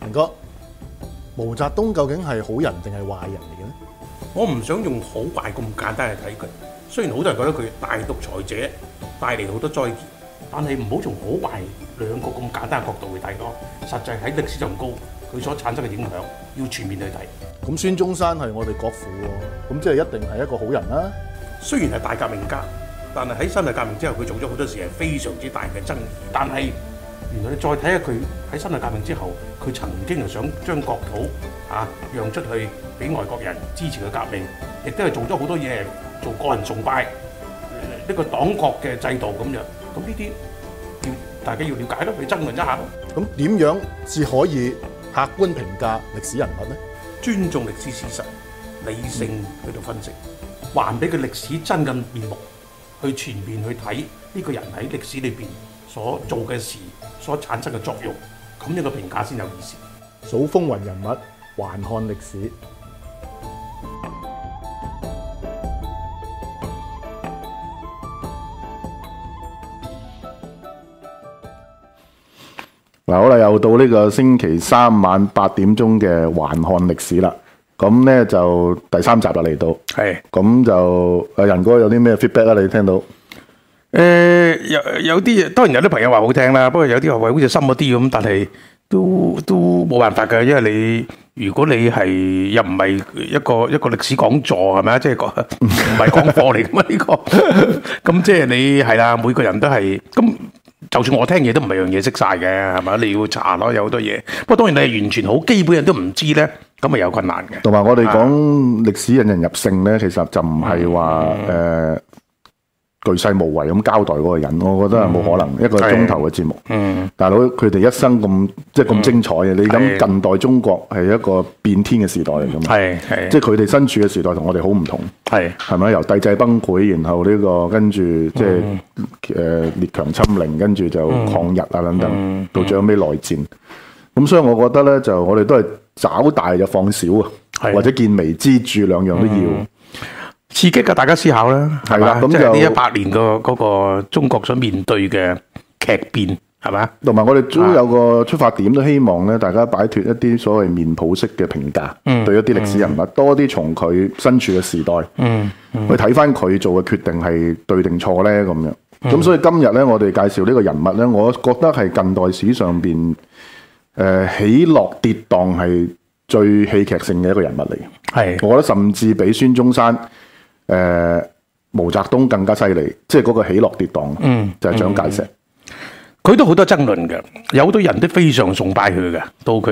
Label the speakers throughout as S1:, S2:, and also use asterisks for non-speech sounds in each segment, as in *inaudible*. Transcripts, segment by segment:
S1: 明哥，毛澤東究竟係好人定係壞人嚟嘅咧？
S2: 我唔想用好壞咁簡單去睇佢。雖然好多人覺得佢大獨裁者帶嚟好多災劫，但係唔好從好壞兩個咁簡單嘅角度去睇咯。實際喺歷史上高，佢所產生嘅影響要全面去睇。
S1: 咁孫中山係我哋國父喎，咁即係一定係一個好人啦。
S2: 雖然係大革命家，但係喺辛亥革命之後，佢做咗好多事係非常之大嘅爭議。但係原來你再睇下佢喺辛亥革命之後，佢曾經係想將國土啊讓出去俾外國人支持佢革命，亦都係做咗好多嘢係做個人崇拜。呢個黨國嘅制度咁樣，咁呢啲要大家要了解咯，去爭論一下咯。
S1: 咁點樣至可以客觀評價歷史人物呢？
S2: 尊重歷史事實，理性去到分析，還俾佢歷史真嘅面目，去全面去睇呢個人喺歷史裏邊所做嘅事，所產生嘅作用，咁樣嘅評價先有意思。
S1: 數風雲人物，還看歷史。
S3: 嗱，好啦，又到呢個星期三晚八點鐘嘅《還看歷史》啦。咁咧就第三集啦嚟到，
S4: 係
S3: 咁就阿仁哥有啲咩 feedback 啊？你聽到？
S4: 誒、呃有有啲嘢，當然有啲朋友話好聽啦，不過有啲話喂好似深咗啲咁，但係都都冇辦法嘅，因為你如果你係又唔係一個一個歷史講座係咪啊？即係講唔係講課嚟㗎嘛呢個， *laughs* 咁即係你係啦，每個人都係咁。就算我聽嘢都唔係樣嘢識晒嘅，係咪？你要查咯，有好多嘢。不過當然你係完全好基本嘅都唔知咧，咁咪有困難嘅。
S3: 同埋我哋講歷史引人入勝咧，其實就唔係話誒巨細無遺咁交代嗰個人，我覺得係冇可能、一個鐘頭嘅節目。嗯，大佬佢哋一生咁即係咁精彩嘅，你諗
S4: 係
S3: 近代中國係一個變天嘅時代嚟㗎嘛？
S4: 係係
S3: 即係佢哋身處嘅時代同我哋好唔同。
S4: 係
S3: 係咪由帝制崩潰，然後呢、個跟住即係誒列強侵凌，跟住就抗日啊等等，到最後尾內戰。咁所以我覺得咧，就我哋都係找大就放小啊，
S4: 係
S3: 或者見微知著兩樣都要。
S4: 刺激嘅大家思考啦，係
S3: 係啦
S4: 啦，
S3: 咁
S4: 咁就呢
S3: 就
S4: 一百年個嗰個中國所面對嘅劇變係嘛？
S3: 同埋、我哋都有個出發點，都希望咧大家擺脱一啲所謂面譜式嘅評價，對一啲歷史人物、多啲從佢身處嘅時代，去睇翻佢做嘅決定係對定錯咧咁樣。咁、所以今日咧，我哋介紹呢個人物咧，我覺得係近代史上邊誒、呃起落跌宕係最戲劇性嘅一個人物嚟嘅。
S4: 係
S3: 我覺得甚至比孫中山、誒、毛澤東更加犀利，即係嗰個起落跌宕，就係蔣介石。
S4: 佢都好多爭論嘅，有好多人都非常崇拜佢嘅，到佢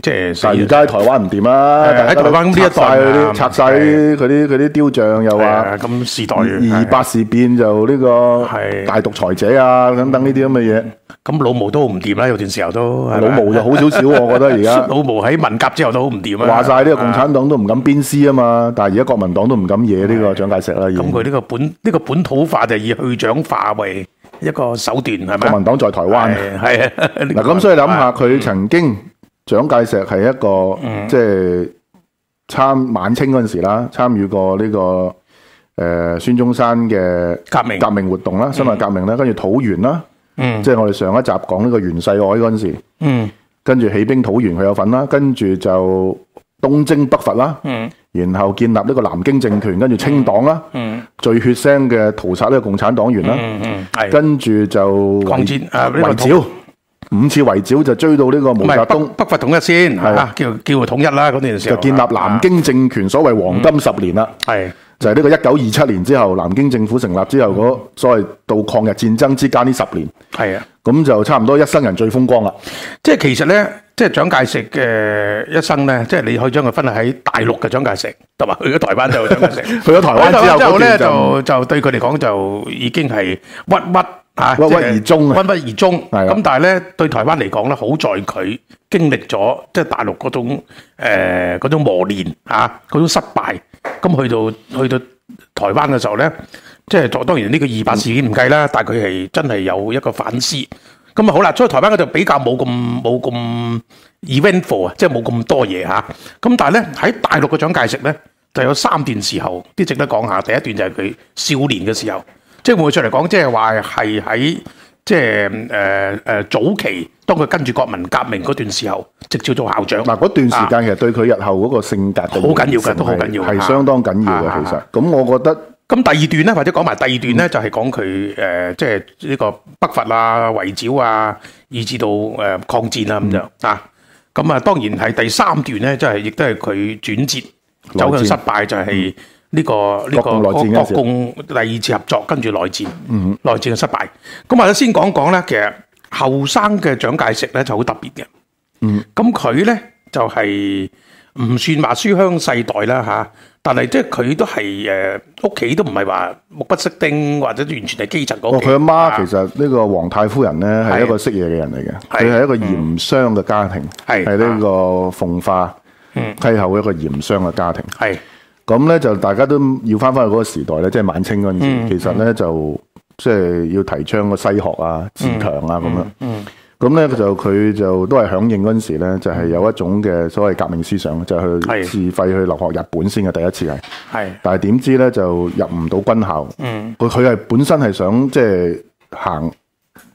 S4: 即係死
S3: 但係而家喺台灣唔掂啦，
S4: 誒喺
S3: 大家都
S4: 台灣呢一
S3: 拆晒佢
S4: 代
S3: 啲
S4: 啊
S3: 拆晒佢啲佢啲雕像，又
S4: 係啊
S3: 話
S4: 咁時代
S3: 二二
S4: 係
S3: 八事變就呢個
S4: 係
S3: 大獨裁者啊等等呢啲咁嘅嘢。
S4: 咁老毛都好唔掂啦，有段時候都係咪
S3: 老毛就好少少，我覺得
S4: *laughs*
S3: 而家
S4: 老毛喺文革之後都好唔掂啊，
S3: 話晒呢個共產黨都唔敢鞭屍啊嘛，但係而家國民黨都唔敢惹呢個蔣介石啦，已
S4: 咁
S3: 經
S4: 佢呢個本呢、個本土化就以去蔣化為一個手段係咪？
S3: 國民黨在台
S4: 係
S3: 灣。
S4: 嗯係啊，嗱
S3: 嗱，咁所以諗下，佢曾經蔣介石係一個
S4: 嗯
S3: 即係參晚清嗰陣時啦，參與過呢個誒孫中山嘅
S4: 革命嗯
S3: 革命活動啦，辛亥革命啦，跟住討袁啦，即係我哋上一集講呢個袁世凱嗰陣時，
S4: 嗯
S3: 跟住起兵討袁佢有份啦，跟住就東征北伐啦，
S4: 嗯
S3: 然後建立呢個南京政權，跟住清黨啦，最血腥嘅屠殺呢個共產黨員啦。
S4: 嗯嗯係
S3: 跟住就圍
S4: 抗戰啊呢個
S3: 圍剿五次圍剿就追到呢個毛
S4: 唔
S3: 澤
S4: 係
S3: 東
S4: 北，北伐統一先
S3: 係
S4: 嚇，叫叫佢統一啦嗰段時
S3: 就
S4: 候，
S3: 建立南京政權，所謂黃
S4: 嗯
S3: 金十年啦。
S4: 係
S3: 就係呢個一九二七年之後，南京政府成立之後嗰所謂到抗日戰爭之間呢十年，
S4: 係啊，
S3: 咁就差唔多一生人最風光啦。
S4: 即係其實咧，即係蔣介石嘅一生咧，即係你可以將佢分喺大陸嘅蔣介石，同埋去咗台灣就蔣介石，
S3: 去咗台灣之後
S4: 去咗台
S3: 嗰
S4: 咧
S3: 段
S4: 就
S3: 就
S4: 就對佢嚟講就已經係鬱鬱嚇，
S3: 鬱鬱
S4: 即係
S3: 而終啊
S4: 鬱鬱而終。
S3: 係啊
S4: 咁但係咧對台灣嚟講咧，好在佢經歷咗即係大陸嗰種誒嗰種磨練嚇，嗰種失敗，咁去到去到台灣嘅時候咧，即係當然呢個二八事件唔計啦，但係佢係真係有一個反思。咁啊好啦，所以台灣嗰度比較冇咁冇咁 eventful 啊，即係冇咁多嘢嚇。咁但係咧喺大陸嘅蔣介石咧，就有三段時候啲值得講下。第一段就係佢少年嘅時候，即係換句上嚟講，即係話係喺即係誒誒早期當佢跟住國民革命嗰段時候，直接做校長。
S3: 嗱，嗰段時
S4: 啊
S3: 間其實對佢日後嗰個性格好
S4: 好緊要㗎都好緊要
S3: 係
S4: 啊
S3: 相當緊要
S4: 啊
S3: 嘅。
S4: 啊
S3: 其實，咁我覺得
S4: 咁第二段咧，或者講埋第二
S3: 嗯
S4: 段咧，就係講佢誒，即係呢個北伐啊、圍剿啊，以至到誒、呃抗戰啊
S3: 嗯
S4: 咁樣啊。咁啊，當然係第三段咧，即係亦都係佢轉折
S3: 內戰嗯
S4: 走向失敗，就係呢、個呢、個
S3: 國共內戰嗰陣
S4: 國
S3: 時嗯
S4: 共第二次合作，跟住內戰，內戰嘅失敗。咁或者先講講咧，其實後生嘅蔣介石咧就好特別嘅。嗯咁佢咧就係、唔算話書香世代啦吓，但係即係佢都係誒屋企都唔係話目不識丁或者完全係基層嗰
S3: 哦，
S4: 屋企
S3: 佢阿媽
S4: 啊
S3: 其實呢個皇太夫人咧係
S4: 係
S3: 一個識嘢嘅人嚟嘅，
S4: 係嗯
S3: 佢係一個鹽商嘅家庭，
S4: 係啊嗯
S3: 係呢個奉化溪口一個鹽商嘅家庭。
S4: 係
S3: 咁咧就大家都要翻翻去嗰個時代咧，即係晚清嗰陣時，
S4: 嗯
S3: 其實咧就即係要提倡個西學啊、自強啊咁
S4: 嗯
S3: 樣。咁咧就佢就都係響應嗰陣時咧，就係有一種嘅所謂革命思想，就係
S4: 係
S3: 去自費去留學日本先嘅第一次係。
S4: 係
S3: 但係點知咧就入唔到軍校。
S4: 嗯
S3: 佢佢係本身係想即係行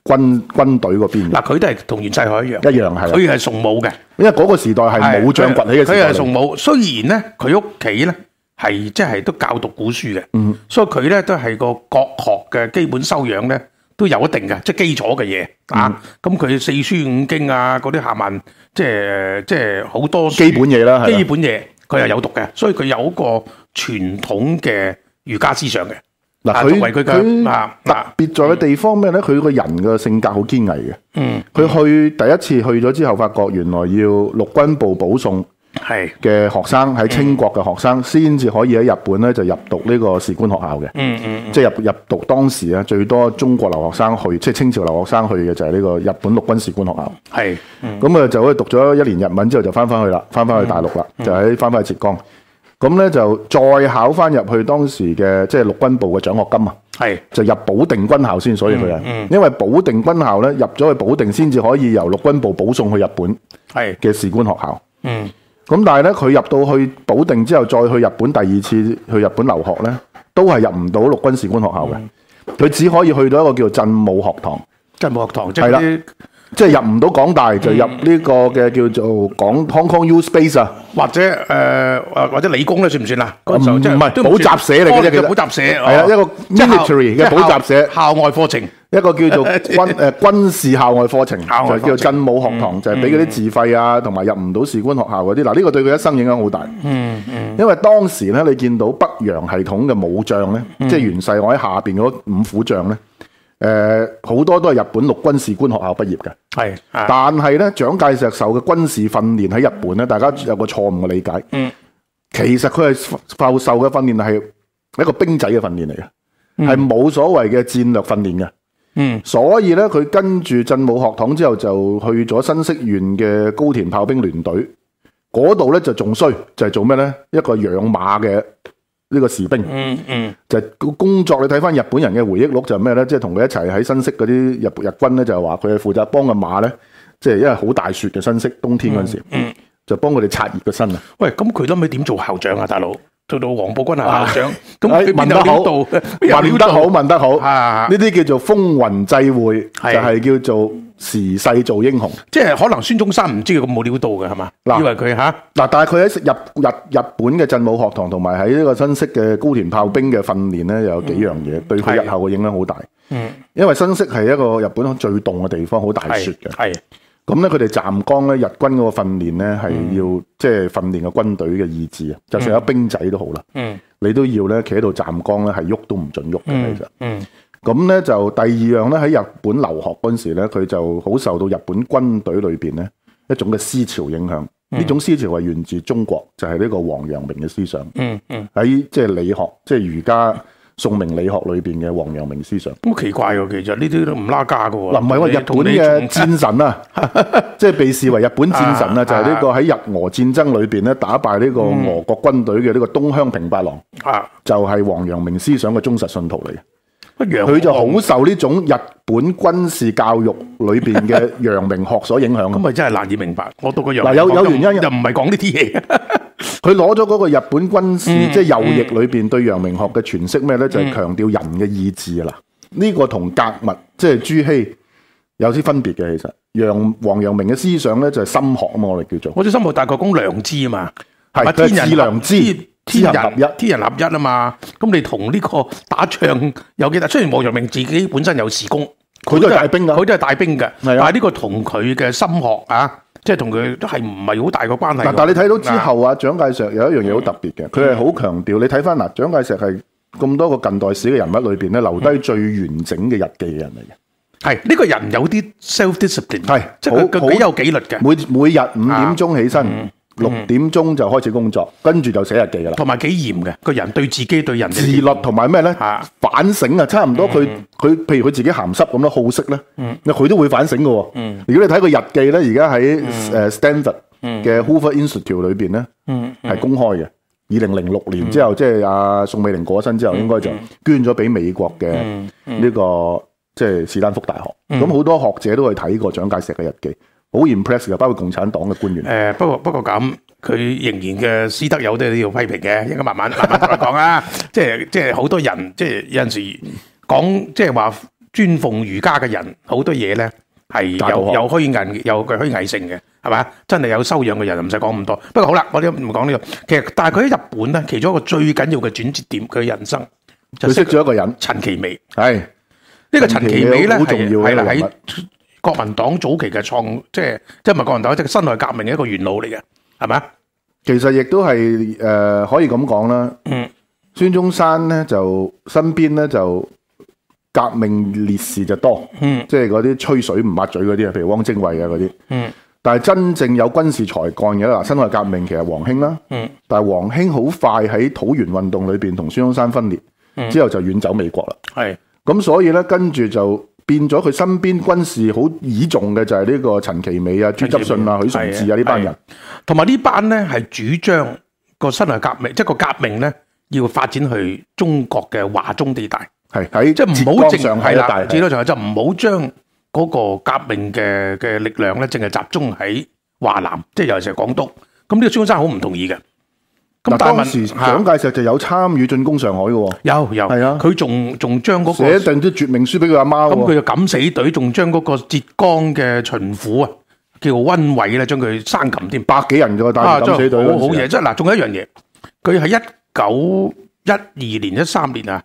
S3: 軍軍隊嗰邊嘅
S4: 嗱，佢都係同袁世凱一樣，
S3: 一樣係啦，
S4: 佢係崇武嘅，
S3: 因為嗰個時代係武將崛起嘅
S4: 佢
S3: 時
S4: 佢
S3: 代
S4: 係
S3: 嚟。
S4: 崇武。雖然咧佢屋企咧係即係都教讀古書嘅，
S3: 嗯
S4: 所以佢咧都係個國學嘅基本修養咧都有一定嘅，即係基礎嘅嘢啊。
S3: 嗯
S4: 咁佢四書五經啊，嗰啲下文即係即係好多書
S3: 基本嘢啦，係
S4: 基
S3: 啦
S4: 本嘢佢係有讀嘅，所以佢有一個傳統嘅儒家思想嘅。啊
S3: 嗱
S4: 作為佢
S3: 佢佢
S4: 嘅啊
S3: 特
S4: 啊
S3: 別在嘅地方咩咧？佢個人嘅性格好堅毅嘅。
S4: 嗯，
S3: 佢去第一次去咗之後，發覺原來要陸軍部保送
S4: 係
S3: 嘅學生喺清國嘅學生，先至可以喺日本咧就入讀呢個士官學校嘅。
S4: 嗯嗯
S3: 即係入入讀當時啊，最多中國留學生去，即係清朝留學生去嘅就係呢個日本陸軍士官學校。
S4: 係
S3: 咁啊就可以讀咗一年日文之後就翻翻去啦，翻
S4: 嗯
S3: 翻去大陸啦，就喺翻翻去浙江。咁咧就再考翻入去當時嘅即係陸軍部嘅獎學金啊，
S4: 係
S3: 就入保定軍校先，所以佢係、因為保定軍校咧入咗去保定先至可以由陸軍部保送去日本
S4: 係
S3: 嘅士官學校。
S4: 嗯
S3: 咁但係咧佢入到去保定之後，再去日本第二次去日本留學咧，都係入唔到陸軍士官學校嘅。佢只可以去到一個叫振武學堂，
S4: 真武學堂即
S3: 係
S4: 係
S3: 啦
S4: 啲
S3: 即係入唔到港大，就入呢個嘅叫做港 Hong Kong U Space 啊。
S4: 或者誒或或者理工咧算唔算啊？嗰陣時候
S3: 哦唔
S4: 即
S3: 唔係
S4: 都唔算
S3: 補習社嚟嘅啫
S4: 哦
S3: 其實
S4: 補習社係
S3: 係啊一個 military 嘅補習社
S4: 校外課程
S3: 一個叫做
S4: *laughs*
S3: 軍誒軍事校外課程，
S4: 校外課程嗯
S3: 就叫振武學堂，就係俾嗰啲自費啊，同埋入唔到士官學校嗰啲。嗱，呢個對佢一生影響好大。嗯因為當時咧，你見到北洋系統嘅武將咧，
S4: 嗯
S3: 即係袁世凱下邊嗰五虎將咧，誒好多都係日本陸軍士官學校畢業嘅。
S4: 係啊
S3: 但係咧，蔣介石受嘅軍事訓練喺日本咧，大家有個錯誤嘅理解。
S4: 嗯，
S3: 其實佢係受受嘅訓練係一個兵仔嘅訓練嚟嘅，係冇所謂嘅戰略訓練嘅。
S4: 嗯，
S3: 所以咧，佢跟住振武學堂之後就去咗新潟縣嘅高田炮兵聯隊，嗰度咧就仲衰，就係、做咩咧？一個養馬嘅呢個士兵。
S4: 嗯嗯
S3: 就個工作，你睇翻日本人嘅回憶錄就係咩咧？即係同佢一齊喺新潟嗰啲日日軍咧，就係話佢係負責幫個馬咧，即係因為好大雪嘅新潟冬天嗰陣時，就幫佢哋擦熱個身啊！
S4: 喂，咁佢諗起點做校長啊，大佬？做到黃埔軍校校
S3: *laughs*
S4: 長，
S3: 哎
S4: 咁佢
S3: 問
S4: 邊
S3: 得
S4: 有料
S3: 好，
S4: 到？邊有
S3: 問
S4: 料
S3: 得
S4: 到
S3: 好，問得好，
S4: 啊
S3: 呢啲叫做風雲際會，
S4: 係
S3: 就係叫做時勢造英雄。
S4: 即係可能孫中山唔知佢咁冇料到嘅係嘛？
S3: 嗱
S4: 以為佢吓
S3: 嗱，但係佢喺日日日本嘅振武學堂同埋喺呢個新式嘅高田炮兵嘅訓練咧，有幾樣嘢、對佢日後嘅影響好大。
S4: 嗯，
S3: 因為新式係一個日本最凍嘅地方，好大雪嘅。
S4: 係
S3: 咁咧，佢哋站崗咧，日軍嗰個訓練咧係要即係訓練嘅軍隊嘅意志啊，就算有兵仔都好啦，
S4: 嗯
S3: 你都要咧企喺度站崗咧係喐都唔準喐嘅其實。
S4: 嗯
S3: 咁咧就第二樣咧喺日本留學嗰陣時咧，佢就好受到日本軍隊裏邊咧一種嘅思潮影響。
S4: 嗯
S3: 呢種思潮係源自中國，就係、呢個王陽明嘅思想
S4: 嗯嗯。
S3: 喺即係理學，即係儒家宋明理學裏邊嘅王陽明思想。
S4: 咁奇怪喎，其實呢啲都唔拉架嘅喎。
S3: 嗱，唔係喎，日
S4: 同你
S3: 本嘅
S4: 同
S3: 戰
S4: *laughs*
S3: 神啊，即係被視為日本戰神啊，
S4: 啊嗯
S3: 就係呢個喺日俄戰爭裏邊咧打敗呢個俄國軍隊嘅呢個東鄉平八郎，
S4: 啊，
S3: 就係王陽明思想嘅忠實信徒嚟嘅。
S4: 乜洋
S3: 佢就好受呢種日本軍事教育裏邊嘅陽明學所影響
S4: 咁
S3: 啊。
S4: 咪真係難以明白。我讀個洋
S3: 嗱有有
S4: 就唔
S3: 原因
S4: 就唔係講呢啲嘢。 *laughs*
S3: 佢攞咗嗰個日
S4: 嗯
S3: 本軍事即係右翼裏邊對陽明學嘅詮釋咩咧？就係強調人嘅意志啊啦。呢、個同格物即係朱熹有啲分別嘅。其實楊王陽明嘅思想咧就係心學啊嘛，我哋叫做
S4: 我哋心目大概講良知啊嘛，
S3: 係
S4: 咪
S3: 佢係致良知
S4: 天
S3: 知
S4: 天
S3: 人合
S4: 人
S3: 一
S4: 天人合一啊嘛。咁你同呢個打仗有幾大？雖然王陽明自己本身有時功，
S3: 佢都係大兵㗎
S4: 佢都係大兵嘅。
S3: 係啊
S4: 但係呢個同佢嘅心學啊，即係同佢都係唔係好大個嗯關係喎。
S3: 嗱，但係你睇到之後啊，蔣介石有一樣嘢好特別嘅，佢係好強調。你睇翻嗱，蔣介石係咁多個近代史嘅人物裏邊咧，留低最完整嘅日記嘅人嚟嘅。
S4: 係呢個人有啲 self discipline，
S3: 係
S4: 即係佢
S3: 好
S4: 佢幾有紀律嘅，
S3: 每每日五點鐘起身，六點鐘就開始工作，跟住就寫日記噶啦。
S4: 同埋幾嚴嘅。個人對自己對人哋
S3: 自律同埋咩咧
S4: 啊？
S3: 反省啊，差唔多佢佢，譬如佢自己鹹濕咁啦，好色咧，嗱佢都會反省嘅喎。如果你睇個日記咧，而家喺誒 Stanford 嘅 Hoover Institute 裏邊咧，係公開嘅。二零零六年之後，即係阿宋美齡過咗身之後，應該就捐咗俾美國嘅呢個即係史丹福大學。咁好多學者都去睇過蔣介石嘅日記，好 impress 嘅，包括共產黨嘅官員
S4: 誒、。呃不過不過咁，佢仍然嘅私德有都要批評嘅，應該慢慢慢慢再講啦。 *laughs* 即係即係好多人，即係有陣時講即係話尊奉儒家嘅人，好多嘢咧係
S3: 假道
S4: 有
S3: 學
S4: 有虛偽有佢虛偽性嘅，係嘛？真係有修養嘅人唔使講咁多。不過好啦，我哋唔講呢個。其實但係佢喺日本咧，其中一個最緊要嘅轉折點，佢人生就
S3: 佢識
S4: 識
S3: 咗一個人，
S4: 陳其美。
S3: 係
S4: 呢個陳其美咧
S3: 好重要
S4: 係係
S3: 嘅一
S4: 啦
S3: 個人
S4: 喺
S3: 物
S4: 國民黨早期嘅創，即係即係唔係國民黨，即係辛亥革命嘅一個元老嚟嘅，係咪啊？
S3: 其實亦都係誒、呃可以咁講啦。
S4: 嗯，
S3: 孫中山咧就身邊咧就革命烈士就多，
S4: 嗯，
S3: 即係嗰啲吹水唔抹嘴嗰啲啊，譬如汪精衛啊嗰啲，
S4: 嗯，
S3: 但係真正有軍事才幹嘅嗱，辛亥革命其實黃興啦，
S4: 嗯，
S3: 但係黃興好快喺土原運動裏邊同孫中山分裂，
S4: 嗯
S3: 之後就遠走美國啦。
S4: 係
S3: 咁所以咧，跟住就變咗佢身邊軍事好倚重嘅就係呢個陳其美啊、朱執信啊、許崇智啊呢班人。
S4: 同埋呢班咧係主張個辛亥革命，即係個革命咧要發展去中國嘅華中地帶，
S3: 係喺
S4: 即係
S3: 浙
S4: 唔好
S3: 江
S4: 淨
S3: 上海
S4: 係
S3: 一
S4: 啦，
S3: 帶，
S4: 只多上係就唔好將嗰個革命嘅嘅力量咧，淨係集中喺華南，即係尤其是廣東。咁呢個孫中山好唔同意嘅。咁
S3: 嗱，
S4: 但係
S3: 當時
S4: 問嚇
S3: 蔣介石就有參與進攻上海嘅喎，
S4: 有有
S3: 係啊
S4: 佢仲仲將嗰個
S3: 寫定啲絕命書俾佢阿媽
S4: 咁佢
S3: 喎。
S4: 就敢死隊仲將嗰個浙江嘅巡撫啊，叫温偉咧，將佢生擒添。
S3: 百幾人嘅帶
S4: 啊，
S3: 住
S4: 真
S3: 敢死隊
S4: 係好好
S3: 嗰陣時
S4: 嘢！即係嗱，仲有一樣嘢，佢係一九一二年、一三年啊，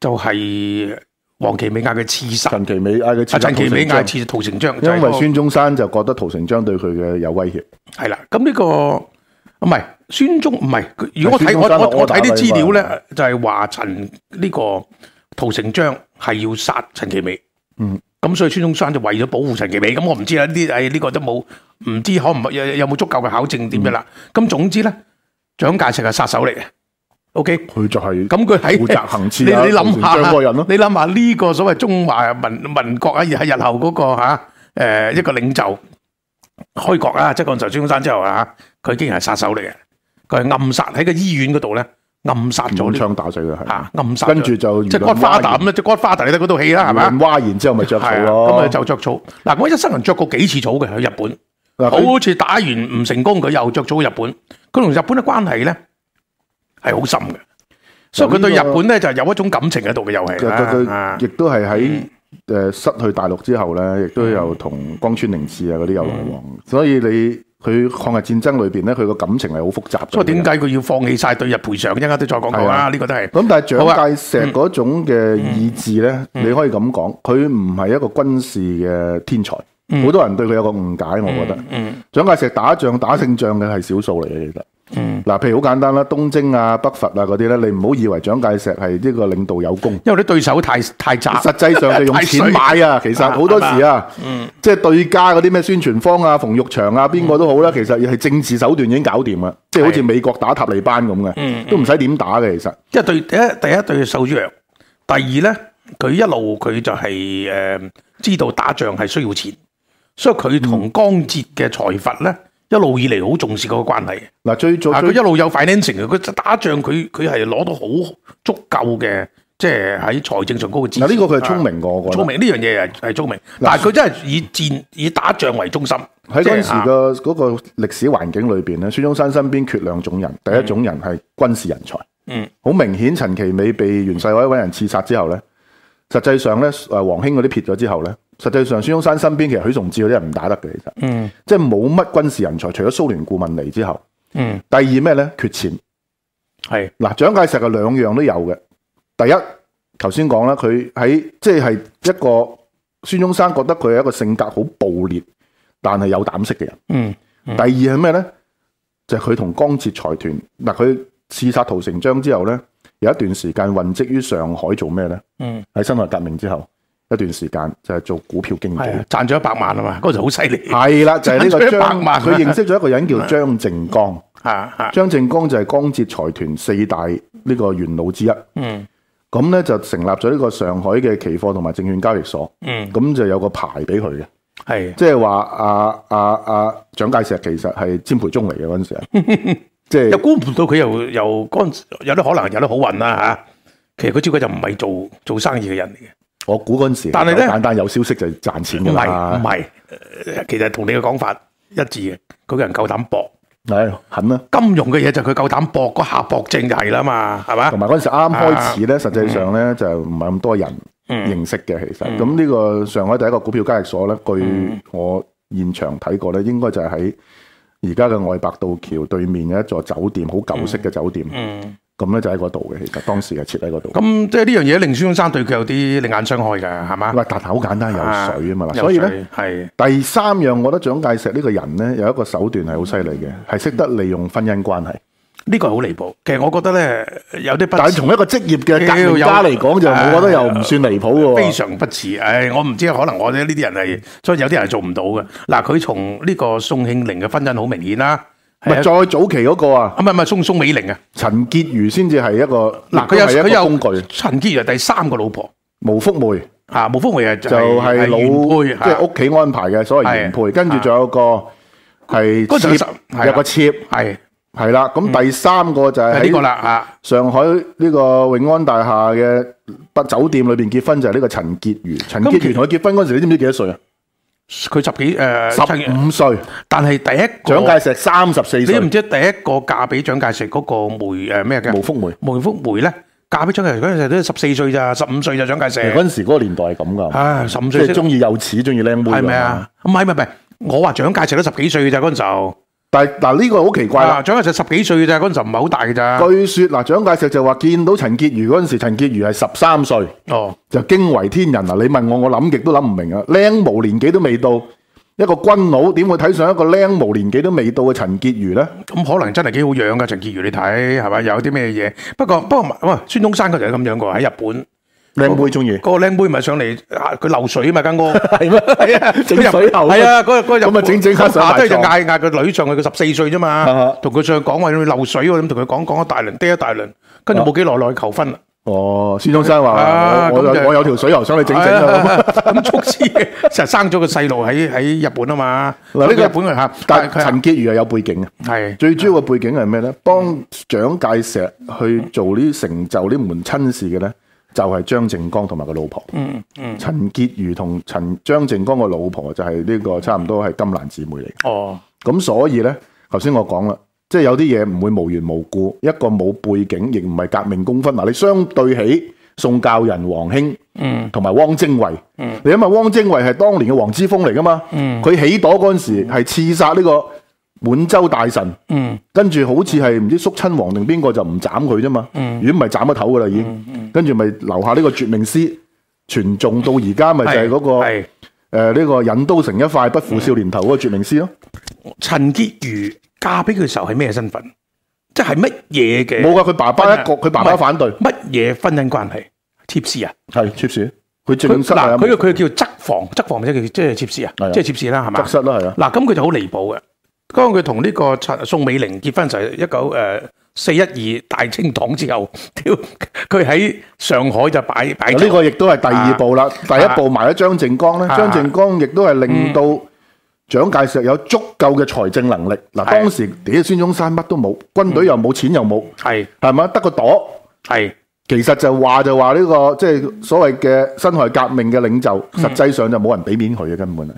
S4: 就係、黃其美嗌嘅刺殺，
S3: 陳其美嗌佢
S4: 啊
S3: 刺殺
S4: 陳其美嗌
S3: 陶成
S4: 刺殺陶成章，就
S3: 章
S4: 係
S3: 因
S4: 嗰
S3: 為
S4: 個
S3: 孫中山就覺得陶成章對佢嘅有威脅，
S4: 係啦，咁呢、個唔係孫中唔係，佢如果我
S3: 係
S4: 睇
S3: 孫
S4: 我
S3: 中山
S4: 我我
S3: 落
S4: 睇啲
S3: 柯打
S4: 資料
S3: 你
S4: 咧，就係話陳呢個陶成章係要殺陳其美。
S3: 嗯，
S4: 咁所以孫中山就為咗保護陳其美，咁我唔知啦，呢啲誒呢個都冇唔知可唔可有有冇足夠嘅考證點樣啦。
S3: 嗯
S4: 咁、總之咧，蔣介石係殺手嚟嘅。O K，
S3: 佢就係
S4: 咁佢喺
S3: 負責行刺
S4: 你
S3: 啊
S4: 你諗
S3: 陶成章嗰個人
S4: 下
S3: 咯，
S4: 你諗下呢個所謂中華民民國啊，喺日後嗰、個嚇、誒一個領袖開國啊，即係嗰陣時候孫中山之後啊，佢竟然係殺手嚟嘅，佢係暗殺喺個醫院嗰度咧暗殺咗
S3: 用
S4: 呢
S3: 槍打死佢係。
S4: 嚇暗殺咗，
S3: 跟住就
S4: 即係 g
S3: 輿
S4: o
S3: 論
S4: d
S3: 譁
S4: f
S3: 然，
S4: 咁啦，即係 g o d f 你睇嗰套戲啦，係
S3: 輿論
S4: 嘛？
S3: 譁然之後咪着草
S4: 係啊，咁
S3: 咯
S4: 啊。就着草。嗱，我一生人着過幾次草嘅喺日本。
S3: 嗱佢
S4: 好似打完唔成功，佢又着咗去日本。佢同日本嘅關係咧係好深嘅，所以佢對日本咧就有一種感情喺度嘅，又
S3: 佢
S4: 係
S3: 佢
S4: 啊
S3: 佢亦都係喺誒失去大陸之後咧，亦都有同江川寧次啊嗰啲有來往，
S4: 嗯
S3: 所以你佢抗日戰爭裏邊咧，佢個感情係好複雜嘅。
S4: 所以啊點解佢要放棄晒對日賠償？一陣間都再講講啦，呢個都係
S3: 咁但係
S4: 好啊嗯
S3: 蔣介石嗰種嘅意志咧，你可以咁講，佢唔係一個軍事嘅天才，
S4: 嗯
S3: 好多人對佢有個誤解，我覺得。蔣介石打仗打勝仗嘅係少數嚟嘅，其實。
S4: 嗯
S3: 嗱，譬如好簡單啦，東征啊、北伐啊嗰啲咧，你唔好以為蔣介石係呢個領導有功。
S4: 因為啲對手太 *laughs* 太
S3: *laughs*
S4: 渣。
S3: 實際上就用錢買啊，其實好多時啊，即係對家嗰啲咩宣傳方啊、馮玉祥啊，邊個
S4: 嗯
S3: 都好啦，其實係政治手段已經搞掂啦，啊即係好似美國打塔利班咁
S4: 嗯
S3: 嘅，都唔使點打嘅其實。
S4: 即係對第一第一對手弱，第二咧佢一路佢就係、呃知道打仗係需要錢，所以
S3: 嗯
S4: 佢同江浙嘅財閥咧一路以嚟好重視嗰個關係嘅。
S3: 嗱，最早
S4: 啊！
S3: 最
S4: 佢一路有 financing 嘅，佢打仗佢佢係攞到好足夠嘅，即係喺財政上高嘅支持。
S3: 嗱，呢個佢係聰明過我
S4: 啊，
S3: 覺
S4: 聰
S3: 得。
S4: 明呢樣嘢係係聰明，但係佢真係以戰以打仗為中心。啊
S3: 喺嗰陣時
S4: 嘅
S3: 嘅嗰個歷史環境裏邊咧，孫中山身邊缺兩種人，第一種人係軍事人才，
S4: 嗯，
S3: 好明顯陳其美被袁世凱揾人刺殺之後咧，實際上咧，誒黃興嗰啲撇咗之後咧，實際上孫中山身邊其實許崇智嗰啲人唔打得嘅，其實，
S4: 嗯
S3: 即係冇乜軍事人才，除咗蘇聯顧問嚟之後，
S4: 嗯
S3: 第二咩咧？缺錢。
S4: 係
S3: 嗱，蔣介石嘅兩樣都有嘅。第一，頭先講啦，佢喺即係一個孫中山覺得佢係一個性格好暴烈，但係有膽識嘅人。
S4: 嗯
S3: 第二係咩咧？就係佢同江浙財團嗱，佢刺殺屠城章之後咧，有一段時間混跡於上海做咩咧？
S4: 嗯
S3: 喺辛亥革命之後一段時間就係做股票經
S4: 係
S3: 紀
S4: 啊，。賺咗一百萬啊嘛，嗰陣好犀利
S3: 係啦，就
S4: *laughs*
S3: 係呢個
S4: 賺咗一百
S3: 張，
S4: 萬啊
S3: 佢認識咗一個人叫張靜江。
S4: 嚇嚇，
S3: 張靜江就係江浙財團四大呢個元老之一。
S4: 嗯
S3: 咁咧就成立咗呢個上海嘅期貨同埋證券交易所，
S4: 嗯
S3: 咁就有個牌俾佢嘅，
S4: 係
S3: 即係話啊啊啊蔣介石其實係詹培忠嚟嘅嗰陣
S4: *laughs*
S3: 時係即
S4: 又
S3: 係
S4: 估唔到佢又又干，有啲可能有啲好運啦嚇。其實佢只不過就唔係做做生意嘅人嚟嘅，
S3: 我估嗰陣時，
S4: 但係呢
S3: 簡單有消息就賺錢
S4: 唔係
S3: 㗎
S4: 唔
S3: 啦，
S4: 係，呃其實同你嘅講法一致嘅。佢個人夠膽搏，
S3: 係狠啦。
S4: 金融嘅嘢就佢夠膽搏，嗰下搏正就係啦嘛，係
S3: 同
S4: 嘛？
S3: 埋嗰陣時啱開始咧，實際上咧就唔係咁多人認識嘅，其實咁呢個上海第一個股票交易所咧，據我現場睇過咧，應該就係喺而家嘅外白渡橋對面嘅一座酒店，好舊式嘅酒店，
S4: 嗯，
S3: 咁咧就喺嗰度嘅，其實當時係設喺嗰度。
S4: 咁即係呢樣嘢令孫中山對佢有啲另眼相看㗎，係嘛？
S3: 喂，但係好簡單，有水啊嘛，嗱
S4: 有
S3: 所以咧
S4: 水係
S3: 第三樣，我覺得蔣介石呢個人咧有一個手段係好犀利嘅，係識得利用婚姻關係。
S4: 呢個係好離譜。其實我覺得咧有啲不
S3: 但係從一個職業嘅革命家嚟講，就
S4: 哎呦
S3: 我
S4: 有
S3: 覺得又唔算離譜喎。
S4: 非常不似。唉，我唔知，可能我哋呢啲人係，所以有啲人係做唔到嘅。嗱，佢從呢個宋慶齡嘅婚姻好明顯啦，
S3: 唔係再
S4: 係啊
S3: 早期嗰個啊。
S4: 啊唔係唔係宋宋美齡啊，
S3: 陳潔如先至係一個
S4: 嗱佢
S3: 亦都
S4: 有
S3: 係
S4: 佢
S3: 一個
S4: 有
S3: 工具，
S4: 陳潔如係第三個老婆
S3: 無福梅
S4: 啊，毛福梅係就
S3: 就係老
S4: 原配
S3: 即係
S4: 啊
S3: 屋企安排嘅所謂原配，
S4: 係
S3: 跟住仲有個係
S4: 嗰陣有十係啊
S3: 妾，有個妾
S4: 係
S3: 係啦。咁第三個就係
S4: 係呢個
S3: 喺
S4: 啦啊，
S3: 上海呢個永安大廈嘅北酒店裏邊結婚，就係呢個陳潔如。陳
S4: 咁
S3: 潔
S4: 其
S3: 如同佢結婚嗰陣時，你知唔知幾多歲啊？
S4: 佢十幾誒
S3: 十五歲，
S4: 但係第一
S3: 蔣
S4: 個
S3: 介石三十四
S4: 你知唔知
S3: 歲，
S4: 第一個嫁俾蔣介石嗰個梅誒咩嘅
S3: 無福梅。
S4: 梅福梅咧？嫁俾蔣介石嗰陣時都十四歲咋，十五歲咋蔣介
S3: 其實嗰
S4: 石，
S3: 陣時嗰個年代係咁㗎，
S4: 唉，十五
S3: 即
S4: 歲
S3: 係
S4: 識
S3: 中意幼齒，中意靚妹。
S4: 係咪？啊？唔係唔係唔係，我話蔣介石都十幾歲咋嗰陣時候，
S3: 但係嗱呢個好奇怪啦
S4: 啊。蔣介石十幾歲咋嗰陣時候唔係好大嘅咋。
S3: 據說嗱，蔣介石就話見到陳潔如嗰陣時，陳潔如係十三歲，
S4: 哦，
S3: 就驚為天人嗱，你問我，我諗極都諗唔明啊！靚模年紀都未到，一個軍佬點會睇上一個靚模年紀都未到嘅陳潔如呢？
S4: 咁可能真係幾好樣噶陳潔如，你睇係咪有啲咩嘢？不過不過唔係，喂，孫中山嗰陣係咁樣嘅喎喺日本，
S3: 靚妹中意
S4: 嗰個靚妹咪上嚟，啊佢漏水啊嘛
S3: *laughs*
S4: 間屋，
S3: 係咩？係啊，整水喉
S4: 係啊，嗰嗰日
S3: 咁啊整整下上埋
S4: 下低就
S3: 床
S4: 嗌嗌個女上去，佢十四歲啫
S3: 啊
S4: 嘛
S3: 哈，
S4: 同佢上講話你漏水喎，咁同佢講講一大輪，嗲一大輪，跟住
S3: 啊
S4: 冇幾耐內求婚啦。
S3: 哦，孫中山話
S4: 啊
S3: 我我
S4: 咁
S3: 有
S4: 就哎
S3: 我有條水喉想你整整
S4: *laughs*
S3: 啊！
S4: 咁足之就生咗個細路喺喺日本啊嘛。
S3: 嗱呢個
S4: 日本人嚇，
S3: 但係
S4: 佢
S3: 陳潔如係有背景嘅。
S4: 係
S3: 最主要嘅背景係咩呢？幫蔣介石去做呢啲成就呢門親事嘅呢，就係、張靜江同埋個老婆。嗯嗯，陳潔如同陳張靜江個老婆就係呢、個差唔多係金蘭姊妹嚟。
S4: 哦，
S3: 咁所以呢，頭先我講啦，即係有啲嘢唔會無緣無故，一個冇背景，亦唔係革命功勳。嗱，你相對起宋教仁、黃興，嗯，同埋汪精衛，嗯，你諗下汪精衛係當年嘅黃之鋒嚟噶嘛，嗯，佢起朵嗰陣時係刺殺呢個滿洲大臣，
S4: 嗯，
S3: 跟住好似係唔知肅親王定邊個就唔斬佢啫嘛，如果唔係斬咗頭噶啦已經，跟住咪留下呢個絕命詩，傳頌到而家咪就係嗰個
S4: 係
S3: 誒呢個引刀成一塊不負少年頭嗰個絕命詩咯。
S4: 陳潔如嫁俾佢嘅時候係咩身份？即係乜嘢嘅？
S3: 冇噶，佢爸爸一個，
S4: 唔係
S3: 佢爸爸反對，
S4: 乜嘢婚姻關係？妾侍啊？
S3: 係妾侍，佢正
S4: 佢
S3: 室
S4: 嗱，
S3: 啊
S4: 佢佢叫側房，側房即係即係妾侍啊
S3: 係啊，
S4: 即係妾侍啦，係嘛
S3: 側？室啦，係啊，
S4: 嗱，咁佢就好離譜嘅。當佢同呢個陳宋美齡結婚就係一九誒四一二大清黨之後，屌佢喺上海就擺擺酒
S3: 呢個亦都係第二步啦。第一步埋咗張靜江咧，
S4: 啊
S3: 張靜江亦都係令到蔣介石有足夠嘅財政能力。嗱，
S4: 係
S3: 當時屌孫中山乜都冇，軍隊又冇，錢又冇，
S4: 係
S3: 係咪得個朵？
S4: 係
S3: 其實就話就話呢個即係所謂嘅辛亥革命嘅領袖，實際上就冇人俾面佢嘅根本係，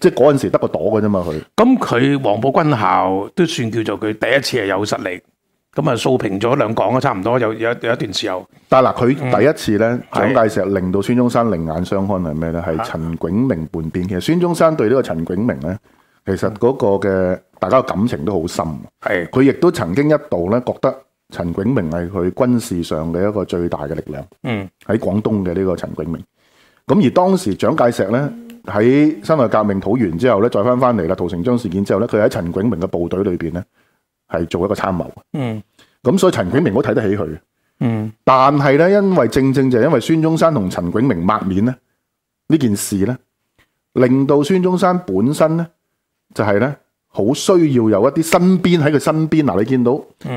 S3: 即係嗰陣時得個朵嘅啫嘛佢。
S4: 咁佢黃埔軍校都算叫做佢第一次係有實力咁啊掃平咗兩港啊，差唔多有有有一段時候，
S3: 但係嗱，佢第一次咧，
S4: 嗯係
S3: 蔣介石令到孫中山另眼相看係咩咧？係陳炯明叛變。其實孫中山對呢個陳炯明咧，其
S4: 嗯
S3: 實嗰個嘅大家嘅感情都好深。
S4: 係
S3: 佢亦都曾經一度咧覺得陳炯明係佢軍事上嘅一個最大嘅力量。
S4: 嗯
S3: 喺廣東嘅呢個陳炯明。咁而當時蔣介石呢，喺辛亥革命討完之後呢，再翻翻嚟啦，陶成章事件之後呢，佢喺陳炯明嘅部隊裏邊呢，係做一個參謀。
S4: 嗯
S3: 咁所以陳炯明我睇得起佢。
S4: 嗯
S3: 但係呢，因為正正就係因為孫中山同陳炯明抹面呢，呢件事呢，令到孫中山本身呢，就係、呢，好需要有一啲身邊喺佢身邊嗱，你見到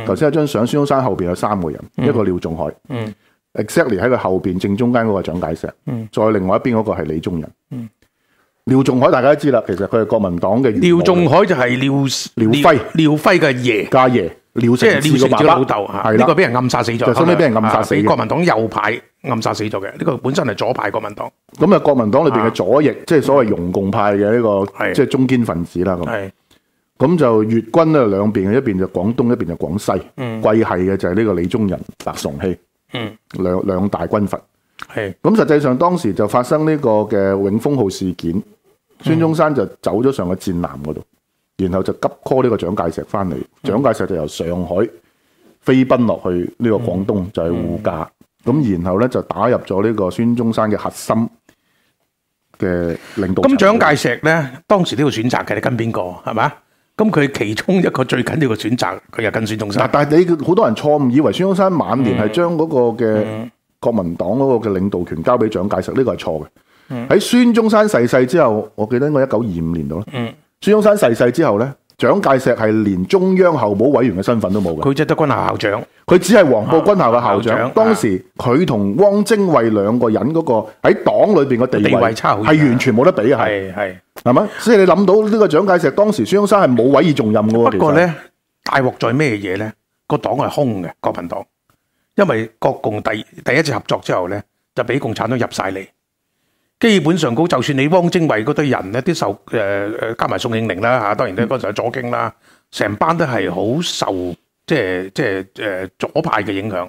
S3: 頭先有張相，孫中山後邊有三個人，一個廖仲海，
S4: 嗯
S3: exactly 喺佢後邊正中間嗰個係蔣介石，
S4: 嗯
S3: 再另外一邊嗰個係李宗仁。廖仲海大家都知啦，其實佢係國民黨嘅元老
S4: 廖仲海就係廖
S3: 廖輝
S4: 廖輝嘅爺。
S3: 家爺廖
S4: 即係
S3: 承志
S4: 廖
S3: 個
S4: 承
S3: 爸
S4: 志
S3: 爸
S4: 老豆嚇，
S3: 係
S4: 呢個
S3: 啦，
S4: 俾人暗殺死咗，
S3: 就收尾俾人暗殺死
S4: 啊
S3: 嘅
S4: 俾國民黨右派暗殺死咗嘅。呢個本身係左派國民黨，
S3: 咁啊國民黨裏邊嘅左翼，即係所謂容共派嘅呢個
S4: 嗯係
S3: 即係中堅分子啦咁。
S4: 係
S3: 咁就越軍咧兩邊，一邊就廣東，一邊就廣西。貴系嘅就係呢個李宗仁、白崇禧，
S4: 嗯
S3: 兩兩大軍閥。
S4: 係
S3: 咁實際上當時就發生呢個嘅永豐號事件，孫中山就走咗上個戰艦嗰度，然後就急 call 呢個蔣介石翻嚟，蔣介石就由上海飛奔落去呢個廣東，就係護駕。咁然後咧就打入咗呢個孫中山嘅核心嘅領導
S4: 咁
S3: 層。
S4: 蔣介石咧，當時都要選擇嘅，你跟邊個係嘛？咁佢其中一個最緊要嘅選擇，佢又跟孫中
S3: 嗱
S4: 山，。
S3: 但係你好多人錯誤以為孫中山晚年
S4: 嗯
S3: 係將嗰個嘅國民黨嗰個嘅領導權交俾蔣介石，呢個係錯嘅。
S4: 嗯
S3: 喺孫中山逝世之後，我記得應該一九二五年度啦。
S4: 嗯
S3: 孫中山逝世之後咧，蔣介石係連中央候補委員嘅身份都冇嘅，
S4: 佢即係得軍校校長，
S3: 佢只係黃埔軍校嘅校
S4: 校長啊
S3: 長。當時佢同汪精衛兩個人嗰個喺黨裏邊嘅地
S4: 地位
S3: 位
S4: 差好遠啊
S3: 係完全冇得比嘅，係
S4: 係係。
S3: 係咪？所以你諗到呢個蔣介石當時孫中山係冇委以重任嘅喎。
S4: 不過咧，大鑊在咩嘢咧？個黨係空嘅，國民黨，因為國共第第一次合作之後咧，就俾共產黨入晒嚟。基本上高，就算你汪精衛嗰堆人咧，啲受誒誒、呃加埋宋慶齡啦嚇，當然咧嗰陣係左傾啦，成班都係好受即係即係誒左派嘅影響，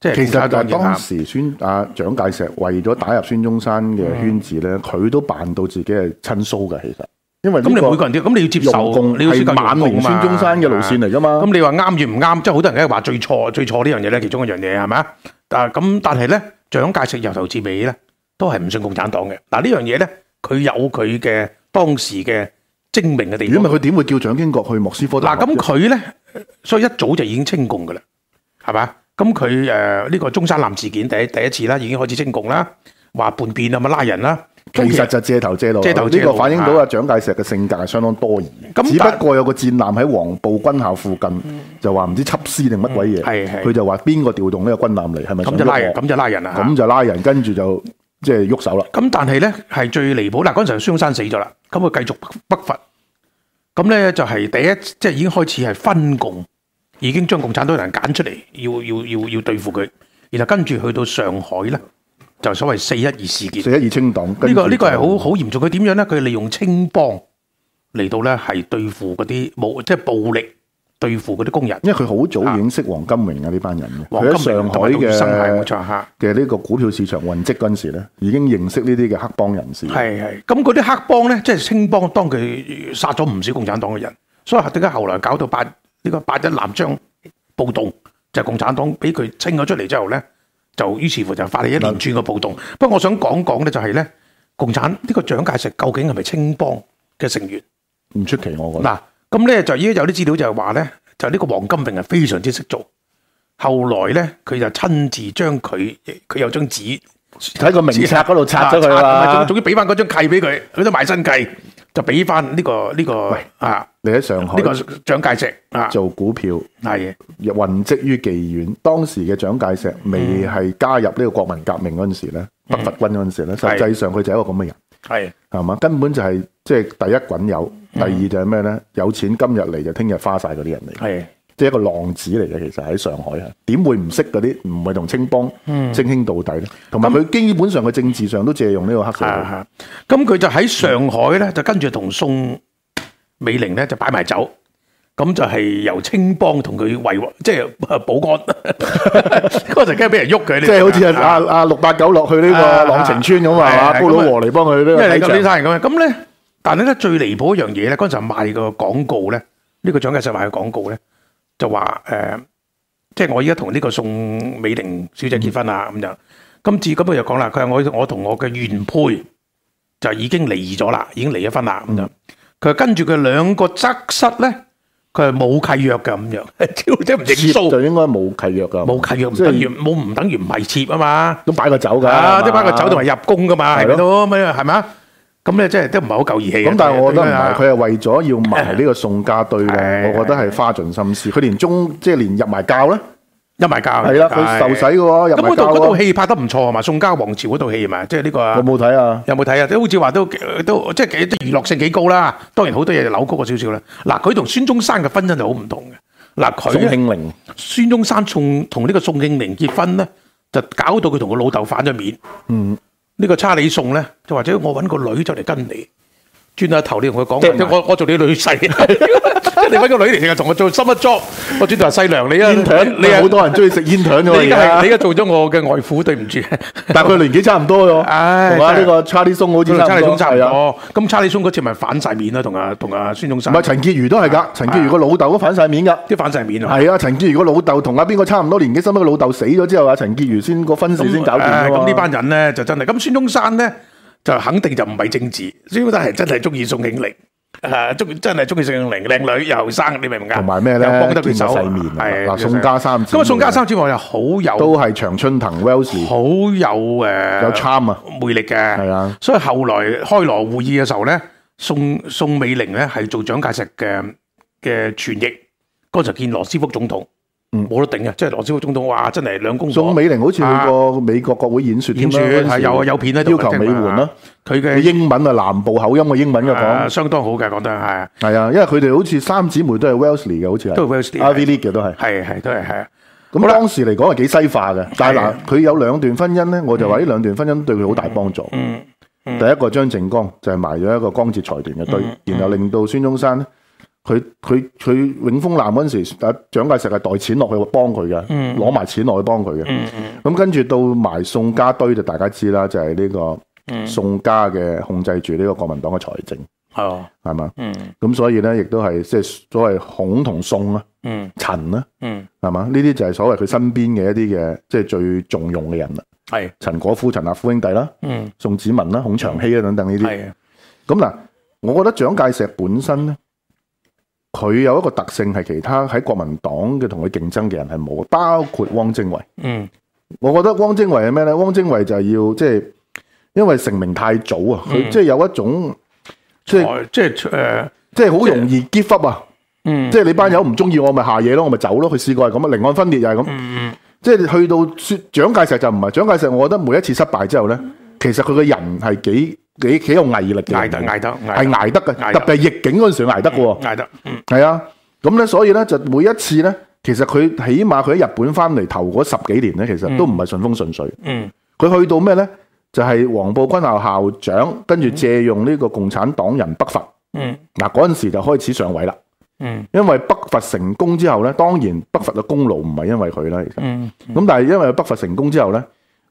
S4: 即係
S3: 其實就
S4: 共產黨
S3: 係
S4: 影響
S3: 當時孫啊蔣介石為咗打入孫中山嘅圈子咧，佢、都扮到自己係親蘇嘅，其實因為呢
S4: 嗯咁你
S3: 個
S4: 每個人都咁你要接受
S3: 容共，
S4: 你要接受
S3: 係晚
S4: 容
S3: 明
S4: 共嘛啊
S3: 孫中山嘅
S4: Dạ.
S3: 路線嚟㗎嘛
S4: 咁你話啱與唔啱，即係好多人梗係話最錯最錯呢樣嘢咧，其中一樣嘢係咪啊？但係咁，但係咧，蔣介石由頭至尾咧都係唔信共產黨嘅。嗱呢樣嘢咧，佢有佢嘅當時嘅精明嘅地
S3: 如
S4: 方
S3: 果唔。係佢點會叫蔣經國去莫斯科大
S4: 嗱
S3: 學
S4: 咁
S3: 啫？
S4: 佢咧，所以一早就已經清共噶啦，係嘛？咁佢誒呢個中山艦事件第一第一次啦，已經開始清共啦，話叛變啊嘛，拉人啦。
S3: 其實就借頭借路，
S4: 借頭
S3: 呢
S4: 借路
S3: 個反映到啊蔣介石嘅性格係相當多疑。
S4: 咁
S3: 只
S4: 但
S3: 不過有個戰艦喺黃埔軍校附近，就話唔知緝私定乜鬼嘢，
S4: 嗯係係
S3: 佢就話邊個調動呢個軍艦嚟，係咪
S4: 咁
S3: 想
S4: 就拉
S3: 喐
S4: 人，
S3: 我
S4: 咁就拉人啦。
S3: 咁就拉人，跟住就即係喐手啦。
S4: 咁但係咧係最離譜嗱，嗰陣時孫中山死咗啦，咁佢繼續北伐，咁咧就係第一即係已經開始係分共，已經將共產黨人揀出嚟，要要要要對付佢，然後跟住去到上海咧，就所謂四一二事件，
S3: 四
S4: 呢、
S3: 一二清黨，呢
S4: 個呢、個係好好嚴重。佢點樣咧？佢利用青幫嚟到咧係對付嗰啲武即係暴力對付嗰啲工人，
S3: 因為佢好早已經識黃金榮啊呢班人嘅，
S4: 黃
S3: 佢喺
S4: 金
S3: 上
S4: 榮
S3: 海
S4: 同埋杜月笙係冇
S3: 嘅
S4: 錯嚇。
S3: 嘅呢個股票市場混跡嗰陣時咧，已經認識呢啲嘅黑幫人士。
S4: 係係，咁嗰啲黑幫咧，即係青幫，當佢呃殺咗唔少共產黨嘅人，所以啊點解後來搞到八呢、個八一南昌暴動，就係共產黨俾佢清咗出嚟之後咧，就於是乎就發起一連串嘅暴動。不過我想講講咧，就係咧，共產呢、個蔣介石究竟係咪青幫嘅成員？
S3: 唔出奇，我覺得。
S4: 嗱，咁咧就依家有啲資料就係話咧，就呢個黃金榮係非常之識做。後來咧，佢就親自將佢佢有張紙
S3: 喺個名冊嗰度拆咗佢
S4: 啊
S3: 啦
S4: 仲。仲要俾翻嗰張契俾佢，佢都賣身契，就俾翻呢個呢個啊
S3: 你喺上
S4: 呢個
S3: 海
S4: 蔣介石啊，
S3: 做股票，
S4: 係
S3: 又混跡於妓院。當時嘅蔣介石未
S4: 嗯
S3: 係加入呢個國民革命嗰陣時咧，北伐軍嗰陣時咧，實際上佢就係一個咁嘅人，
S4: 係
S3: 係嘛？根本就係即係第一滾友，第
S4: 嗯
S3: 二就係咩咧？有錢今日嚟就聽日花晒嗰啲人嚟。
S4: 係
S3: 即係一個浪子嚟嘅，其實喺上海啊，點會唔識嗰啲唔係同青幫、
S4: 嗯
S3: 精興到底咧？同埋佢基本上嘅政治上都借用呢個黑社會。
S4: 啊咁佢就喺上海咧，就跟住同宋美齡咧就擺埋酒。咁咁就係由青幫同佢維即係保
S3: *laughs*
S4: 安嗰陣，梗係俾人喐佢。你
S3: 即係好似
S4: 明唔明啊
S3: 阿阿阿六八九落去呢個朗晴村咁
S4: 係
S3: 啊，
S4: 係
S3: 煲佬
S4: 咁啊
S3: 和嚟幫佢呢
S4: 因
S3: 個
S4: 為你咁呢
S3: 睇場
S4: 單係咁樣，咁咧，但係咧最離譜一樣嘢咧，嗰陣時候賣個廣告咧，呢、個蔣介石賣嘅廣告咧，就話誒、呃即係我依家同呢個宋美齡小姐結婚啦咁樣。今次咁佢就講啦，佢話我我同我嘅原配就已經離異咗啦，已經離咗婚啦咁樣。佢話跟住佢兩個側室咧，佢係冇契約嘅咁 *laughs* 樣，超即係唔認
S3: 切
S4: 數，
S3: 就應該冇契約㗎，
S4: 冇契約唔
S3: 即
S4: 等於
S3: 係
S4: 冇唔等於唔係妾啊嘛。
S3: 都擺個酒㗎，
S4: 啊，
S3: 係嘛
S4: 即係包括酒同埋入宮噶嘛，
S3: 係
S4: 係
S3: 咯
S4: 咪都咩係咪啊？咁咧即係都唔係好夠義氣嘅
S3: 咁但係我覺得唔係，
S4: 對
S3: 佢係為咗要埋呢個宋家堆咧，
S4: 係
S3: 我覺得係花盡心思。佢連中即係連入埋教咧，
S4: 一埋教
S3: 係啦，佢受洗嘅。喎，入
S4: 咁嗰
S3: 埋
S4: 度嗰
S3: 教
S4: 套
S3: 喎。
S4: 戲拍得唔錯啊嘛，宋家王朝嗰套戲嘛，即係呢個啊
S3: 我冇睇啊，
S4: 有冇睇啊？都好似話都都即係幾即係娛樂性幾高啦。當然好多嘢就扭曲過少少啦。嗱，佢同孫中山嘅婚姻就好唔同嘅。嗱，
S3: 宋
S4: 佢呢
S3: 慶齡
S4: 孫中山宋同呢個宋慶齡結婚咧，就搞到佢同個老豆反咗面。
S3: 嗯，
S4: 呢個差你送咧，就或者我揾個女就嚟跟你，轉下頭你同佢
S3: 掟埋
S4: 講，我我做你女婿， *laughs* 即係你揾個女嚟成日同我做 summer job，我轉頭係細娘你啊，
S3: 煙腸，
S4: 你啊
S3: 好，多人中意食煙腸㗎
S4: 你
S3: 喎
S4: 而
S3: 而
S4: 家係
S3: 家
S4: 你而家做咗我嘅外父，對唔住。 *laughs*
S3: 但係佢年紀差唔多喎，同
S4: 唉
S3: 啊呢
S4: 真係
S3: 個查理松好似
S4: 佢同差利松差唔
S3: 係啊
S4: 多，咁差利松嗰次咪反晒面啦，同阿同阿孫中
S3: 唔
S4: 山，
S3: 係陳潔如都係㗎，陳潔如個老豆都反晒面㗎。
S4: 啲反晒啊面啊！
S3: 係啊，陳潔如個老豆同阿邊個差唔多年紀，深個老豆死咗之後，阿陳潔如先個婚事先搞掂
S4: 唉
S3: 㗎嘛
S4: 咁呢班人咧就真係，咁孫中山咧就肯定就唔係政治，孫中山係真係中意宋慶齡，誒中啊真係中意宋慶齡，靚女又後生，你明唔明啊？
S3: 同埋咩咧
S4: 又幫得佢手，
S3: 見過世面啊
S4: 係
S3: 嗱宋家三姊妹
S4: 咁啊，宋家三姊妹又好有
S3: 都係長春藤 Wells
S4: 好有誒
S3: 有 charm 啊，
S4: 魅力嘅，
S3: 係啊，
S4: 所以後來開羅會議嘅時候咧，宋宋美齡咧係做蔣介石嘅嘅傳譯，嗰陣時見羅斯福總統，
S3: 嗯
S4: 冇得頂啊！即係羅斯福總統，哇，真係兩公婆
S3: 宋美齡好似去過美國國會演說添
S4: 演
S3: 啦，
S4: 說
S3: 嗰陣
S4: 係
S3: 時
S4: 有有片喺度
S3: 啊要求美援啦，
S4: 啊佢
S3: 佢
S4: 嘅
S3: 英文啊南部口音嘅英文嘅
S4: 誒
S3: 講，
S4: 相當好嘅，講得係
S3: 係啊，因為佢哋好似三姊妹都係 Wellesley 嘅，好似係
S4: 都係 Wellesley，係
S3: Ivy League 嘅都係。
S4: 係係都係係
S3: 咁
S4: 好啦
S3: 當時嚟講係幾西化嘅，但係
S4: 係
S3: 嗱
S4: 啊，
S3: 佢有兩段婚姻咧，我就話呢兩段婚姻對佢好大幫助。
S4: 嗯嗯
S3: 第一個張靜江就係埋咗一個江浙財團嘅堆，然後令到孫中山咧，佢佢佢永豐艦嗰陣時，啊蔣介石係袋錢落去幫佢
S4: 嗯
S3: 嘅，攞埋錢落去幫佢嘅。咁跟住到埋宋家堆就大家知啦，就係呢
S4: 嗯
S3: 個宋家嘅控制住呢個國民黨嘅財政，
S4: 哦
S3: 係嘛？
S4: 嗯
S3: 咁所以咧，亦都係即係所謂孔同宋啦、
S4: 嗯
S3: 陳啊啦。
S4: 嗯
S3: 係嘛？呢啲就係所謂佢身邊嘅一啲嘅，即係最重用嘅人啦。
S4: 係
S3: 陳果夫、陳立夫兄弟啦，
S4: 嗯
S3: 宋子文啦、孔祥熙啊啦等等呢啲。
S4: 係
S3: 咁嗱，我覺得蔣介石本身咧，佢有一個特性係其他喺國民黨嘅同佢競爭嘅人係冇嘅，包括汪精衛。
S4: 嗯
S3: 我覺得汪精衛係咩咧？汪精衛就係要即係因為成名太早啊，佢即係有一種即係
S4: 哦即係誒
S3: 即係好容易 give up 啊！
S4: 嗯
S3: 即係你班友唔中意我，咪下嘢咯，我咪走咯。佢試過係咁啊，寧安分裂又係咁。
S4: 嗯
S3: 即係去到説蔣介石就唔係蔣介石，我覺得每一次失敗之後咧，其實佢嘅人係幾幾幾有毅力嘅，
S4: 嗯捱得捱得
S3: 係
S4: 捱
S3: 捱得嘅，
S4: 捱
S3: 特
S4: 得
S3: 別係逆境嗰陣時捱得嘅喎，
S4: 捱得嗯
S3: 係啊，咁咧所以咧就每一次咧，其實佢起碼佢喺日本翻嚟頭嗰十幾年咧，其實都唔係順風順水，
S4: 嗯
S3: 佢去到咩咧？就係、黃埔軍校校長，跟住借用呢個共產黨人北伐，
S4: 嗯
S3: 嗱嗰陣時就開始上位啦。
S4: 嗯
S3: 因為北伐成功之後咧，當然北伐嘅功勞唔係因為佢啦，其實。
S4: 嗯
S3: 咁但係因為北伐成功之後咧，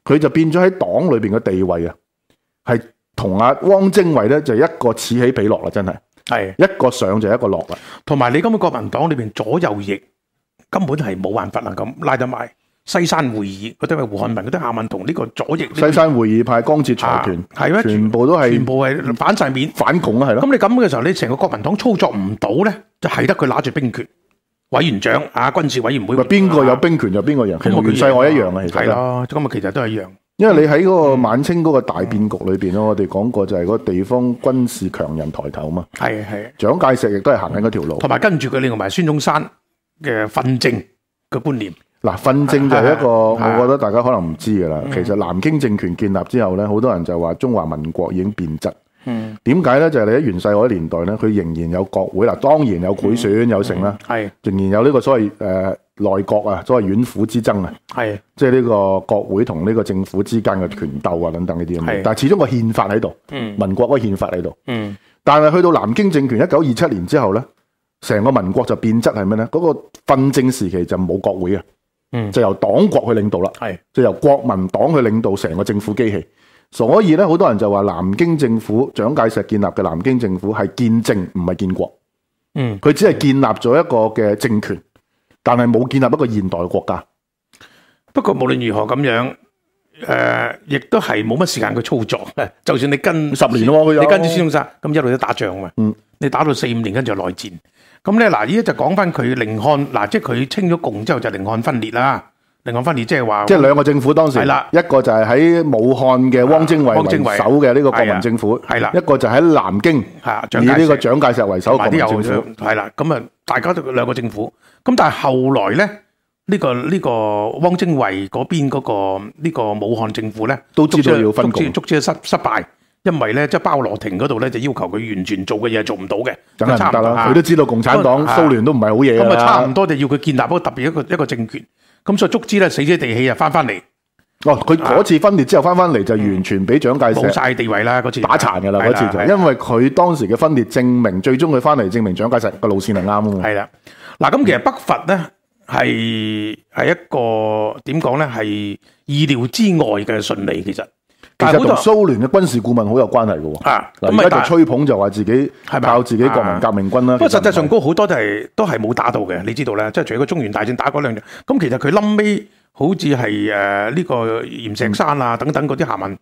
S3: 佢就變咗喺黨裏邊嘅地位啊，係同阿汪精衛咧就一個此起彼落啦，真係
S4: 係。
S3: 一個上就一個落啦。
S4: 同埋你根本國民黨裏邊左右翼根本係冇辦法能咁拉得埋。西山會議嗰啲咪胡漢民嗰啲夏文同呢個左翼呢邊
S3: 西山會議派、江浙財團，
S4: 嗯啊係咩
S3: 全部都
S4: 全
S3: 係
S4: 部係反晒面。
S3: 反共啦，係咯。
S4: 咁你咁嘅時候，你成個國民黨操作唔到咧，就係得佢拿住兵權，委員長啊，軍事委員啊會
S3: 咪邊個有兵權就邊個贏，其實袁世
S4: 啊
S3: 凱一樣嘅，其
S4: 係
S3: 實。
S4: 咯，咁啊其實都係一樣。
S3: 因為你喺嗰
S4: 嗯
S3: 個晚清嗰個大變局裏邊咧，我哋講過就係嗰個地方軍事強人抬頭嘛。
S4: 係係，
S3: 蔣介石亦都係行緊嗰條路。
S4: 同埋跟住佢，你同埋孫中山嘅訓政嘅觀念，
S3: 嗱，訓政就係一個，嗯我
S4: 係啊
S3: 覺得大家可能唔知噶啦。其實南京政權建立之後咧，好多人就話中華民國已經變質。
S4: 嗯，
S3: 點解咧？就係、你喺袁世凱年代咧，佢仍然有國會啦，當然有賄選有成啦，
S4: 係
S3: 仍然有呢個所謂誒、呃、內閣啊，所謂院府之爭啊，
S4: 係
S3: 即係呢個國會同呢個政府之間嘅權鬥啊等等呢啲咁嘅
S4: 係。
S3: 但係始終個憲法喺度，
S4: 嗯
S3: 民國嗰個憲法喺度。
S4: 嗯
S3: 但係去到南京政權一九二七年之後咧，成個民國就變質係咩咧？嗰、個訓政時期就冇國會啊，
S4: 嗯
S3: 就由黨國去領導啦，
S1: 係
S3: 就由國民黨去領導成個政府機器。所以咧，好多人就話南京政府蔣介石建立嘅南京政府係建政，唔係建國。
S4: 嗯，
S3: 佢只係建立咗一個嘅政權，但係冇建立一個現代嘅國
S4: 嗯
S3: 家。
S4: 不過無論如何咁樣，誒、亦都係冇乜時間去操作。就算你跟
S3: 十年咯佢有
S4: 你跟住孫中山咁一路都打仗嘛。嗯，你打到四五年，跟住就內戰。咁咧嗱，依家就講翻佢寧漢嗱，即係佢清咗共之後就寧漢分裂啦。寧漢分裂即係話
S3: 即係兩個政府當時，
S4: 係啦
S3: 一個就係喺武漢嘅汪精
S4: 啊
S3: 衛
S4: 汪
S3: 為
S4: 精衛
S3: 首嘅呢個國民政府，
S4: 係啦
S3: 一個就喺南京
S4: 嚇蔣
S3: 以
S4: 介
S3: 呢個
S4: 石。
S3: 蔣介石為首嘅
S4: 埋
S3: 國
S4: 啲
S3: 民
S4: 有
S3: 政府。
S4: 係啦，咁啊，大家都兩個政府。咁但係後來咧，呢、個呢、個汪精衛嗰邊嗰、個呢、個武漢政府咧，
S3: 都知道要分
S4: 逐之
S3: 共
S4: 逐之失失敗，因為咧即係包羅廷嗰度咧就要求佢完全做嘅嘢係做唔到嘅，
S3: 梗係
S4: 差
S3: 唔得啦！佢
S4: 啊
S3: 都知道共產黨、
S4: 啊
S3: 蘇聯都唔係好嘢㗎
S4: 咁啊，差唔
S3: 啦。
S4: 多就要佢建立一個特別一個一個政權。咁所以足之咧死者地氣啊，翻翻嚟
S3: 哦，佢嗰次分裂之後翻翻嚟就完全俾蔣介
S4: 啊嗯冇
S3: 石
S4: 晒地位啦，嗰次
S3: 打殘㗎啦。
S4: 係
S3: 嗰次
S4: 係
S3: 就因為佢當時嘅分裂證明，最終佢翻嚟證明蔣介石個路線係啱啊嘛。
S4: 係啦，嗱咁
S3: 嗯
S4: 其實北伐咧係係一個點講咧係意料之外嘅順利，其實
S3: 其
S4: 但係
S3: 實
S4: 好
S3: 同
S4: 多
S3: 蘇聯嘅軍事顧問好有關係嘅喎。
S4: 啊咁
S3: 嗱，
S4: 咪
S3: 而家
S4: 但
S3: 就吹捧就話自己
S4: 係咪啊
S3: 靠自己國民革命軍
S4: 不
S3: 啦。
S4: 過
S3: 其
S4: 實際上
S3: 唔係
S4: 高好多都係都係冇打到嘅，你知道啦，即係除咗個中原大戰打嗰兩樣，咁其實佢冧尾好似係誒呢個鹽石山啊等等嗰啲下文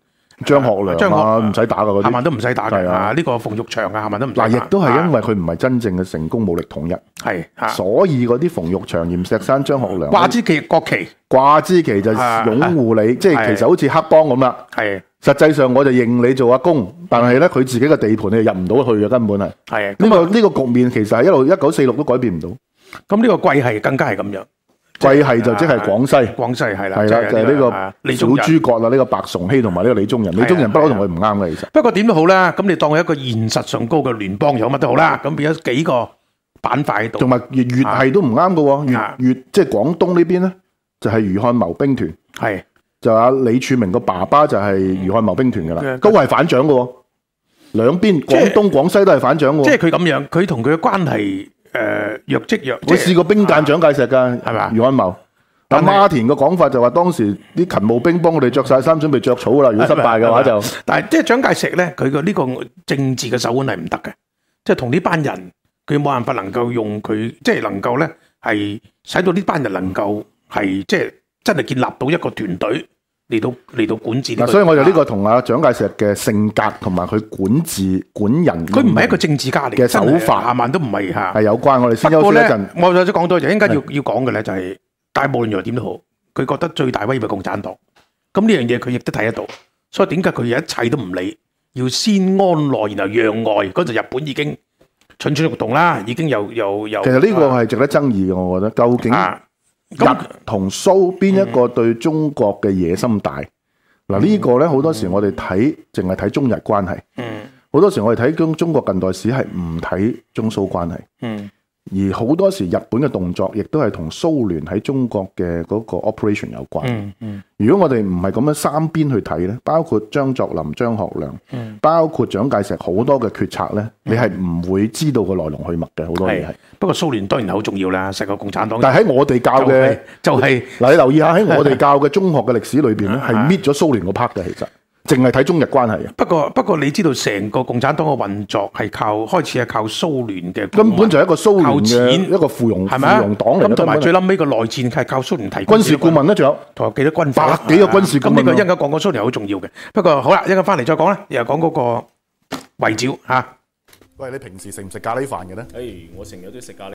S3: 張學
S4: 張
S3: 良啊，
S4: 學
S3: 唔使打嗯㗎嗰
S4: 下
S3: 啲。
S4: 文都唔使打嘅
S3: 係啊
S4: 啊，呢個馮玉祥啊下啊文都唔使打
S3: 嗱，亦都係因為佢唔係真正嘅成功武力統一，
S4: 係嚇
S3: 所以嗰啲馮玉祥、嚴石山、張學良
S4: 掛之旗國旗
S3: 掛之旗就
S4: 啊
S3: 擁護你，即係
S4: 係
S3: 其實好似黑幫咁啦。
S4: 係
S3: 實際上我就認你做阿公，但係咧佢自己嘅地盤你入唔到去嘅，啊根本係呢
S4: 係
S3: 個呢個局面其實係一路一九四六都改變唔到，
S4: 咁呢個貴係更加係咁樣，
S3: 貴係就即係廣西。
S4: 廣啊西係啦，
S3: 係啦，就係呢
S4: 啊
S3: 個
S4: 李
S3: 小
S4: 宗仁
S3: 諸葛啦，呢個白崇禧同埋呢個李宗仁，
S4: 係啊
S3: 李宗仁不嬲同佢唔啱嘅，其實。
S4: 不過點都好啦，咁你當佢一個現實上高嘅聯邦又好乜都好啦，咁變咗幾個板塊喺
S3: 同
S4: 度，
S3: 埋粵粵係都唔啱嘅
S4: 啊
S3: 喎，粵粵即係廣東呢邊咧，就係余漢謀兵團，
S4: 係
S3: 就阿李柱明個爸爸就係余漢謀兵團㗎啦
S4: 嗯，
S3: 都係反蔣嘅喎，兩邊
S4: 即係
S3: 廣東廣西都係反蔣嘅
S4: 即係
S3: 喎。
S4: 佢咁樣，佢同佢嘅關係誒呃若即若，
S3: 我試過兵間蔣介石㗎，
S4: 係嘛
S3: 余漢謀。阿
S4: 但係
S3: 馬田嘅講法就話，當時啲勤務兵幫我哋着晒衫，準備着草㗎啦。如果失敗嘅話就，
S4: 但係即係蔣介石咧，佢個呢個政治嘅手腕係唔得嘅，即係同呢班人佢冇辦法能夠用佢，即係能夠咧係使到呢班人能夠係即係真係建立到一個團隊嚟到嚟到管治呢個。啊
S3: 嗱，所以我就呢個同阿蔣介石嘅性格同埋佢管治管人，
S4: 佢唔係一個政治家嚟
S3: 嘅手
S4: 真係
S3: 法
S4: 下萬都唔係嚇。
S3: 係有關。我哋先
S4: 不
S3: 休
S4: 過
S3: 息一
S4: 咧
S3: 陣。，
S4: 我再講多就應該要要講嘅咧就係、但係無論如何點都好，佢覺得最大威脅係共產黨。咁呢樣嘢佢亦都睇得到，所以點解佢一切都唔理，要先安內然後讓外？嗰陣日本已經蠢蠢欲動啦，已經又又又
S3: 其實呢個係值得爭議嘅，我覺得究竟。
S4: 啊咁
S3: 日同蘇邊一個對中國嘅野心大？嗱呢個呢，好多時我哋睇淨係睇中日關係，
S4: 嗯
S3: 好多時我哋睇中中國近代史係唔睇中蘇關係，
S4: 嗯
S3: 而好多時日本嘅動作亦都係同蘇聯喺中國嘅嗰個 operation 有關。
S4: 嗯嗯
S3: 如果我哋唔係咁樣三邊去睇呢，包括張作霖、張學良，
S4: 嗯
S3: 包括蔣介石好多嘅決策呢，你係唔會知道個來龍去脈嘅好多嘢
S4: 係
S3: 係。。
S4: 不過蘇聯當然係好重要啦，成個共產黨
S3: 但係喺我哋教
S4: 就
S3: 嘅
S4: 係。就係
S3: 嗱，你留意下喺我哋教嘅中學嘅歷史裏邊咧，
S4: *laughs*
S3: 係搣咗蘇聯個 part 嘅，其實淨係睇中日關係啊嘅，
S4: 不過不過你知道成個共產黨嘅運作係靠開始係靠蘇聯嘅
S3: 根本就係一個蘇聯
S4: 靠錢
S3: 嘅一個附庸附
S4: 係咪啊？
S3: 庸黨嚟嘅。
S4: 咁同埋最
S3: 根
S4: 冧尾個內戰係靠蘇聯提供
S3: 本軍事顧問咧，仲有
S4: 同埋幾多軍費
S3: 百幾個軍事顧問
S4: 咁呢個
S3: 啊
S4: 一陣間講講蘇聯好重要嘅。不過好啦，一陣間翻嚟再講啦，又講嗰個圍剿嚇。啊
S1: 喂，你平時食唔食咖喱飯嘅咧？
S5: 誒，我成日都食咖喱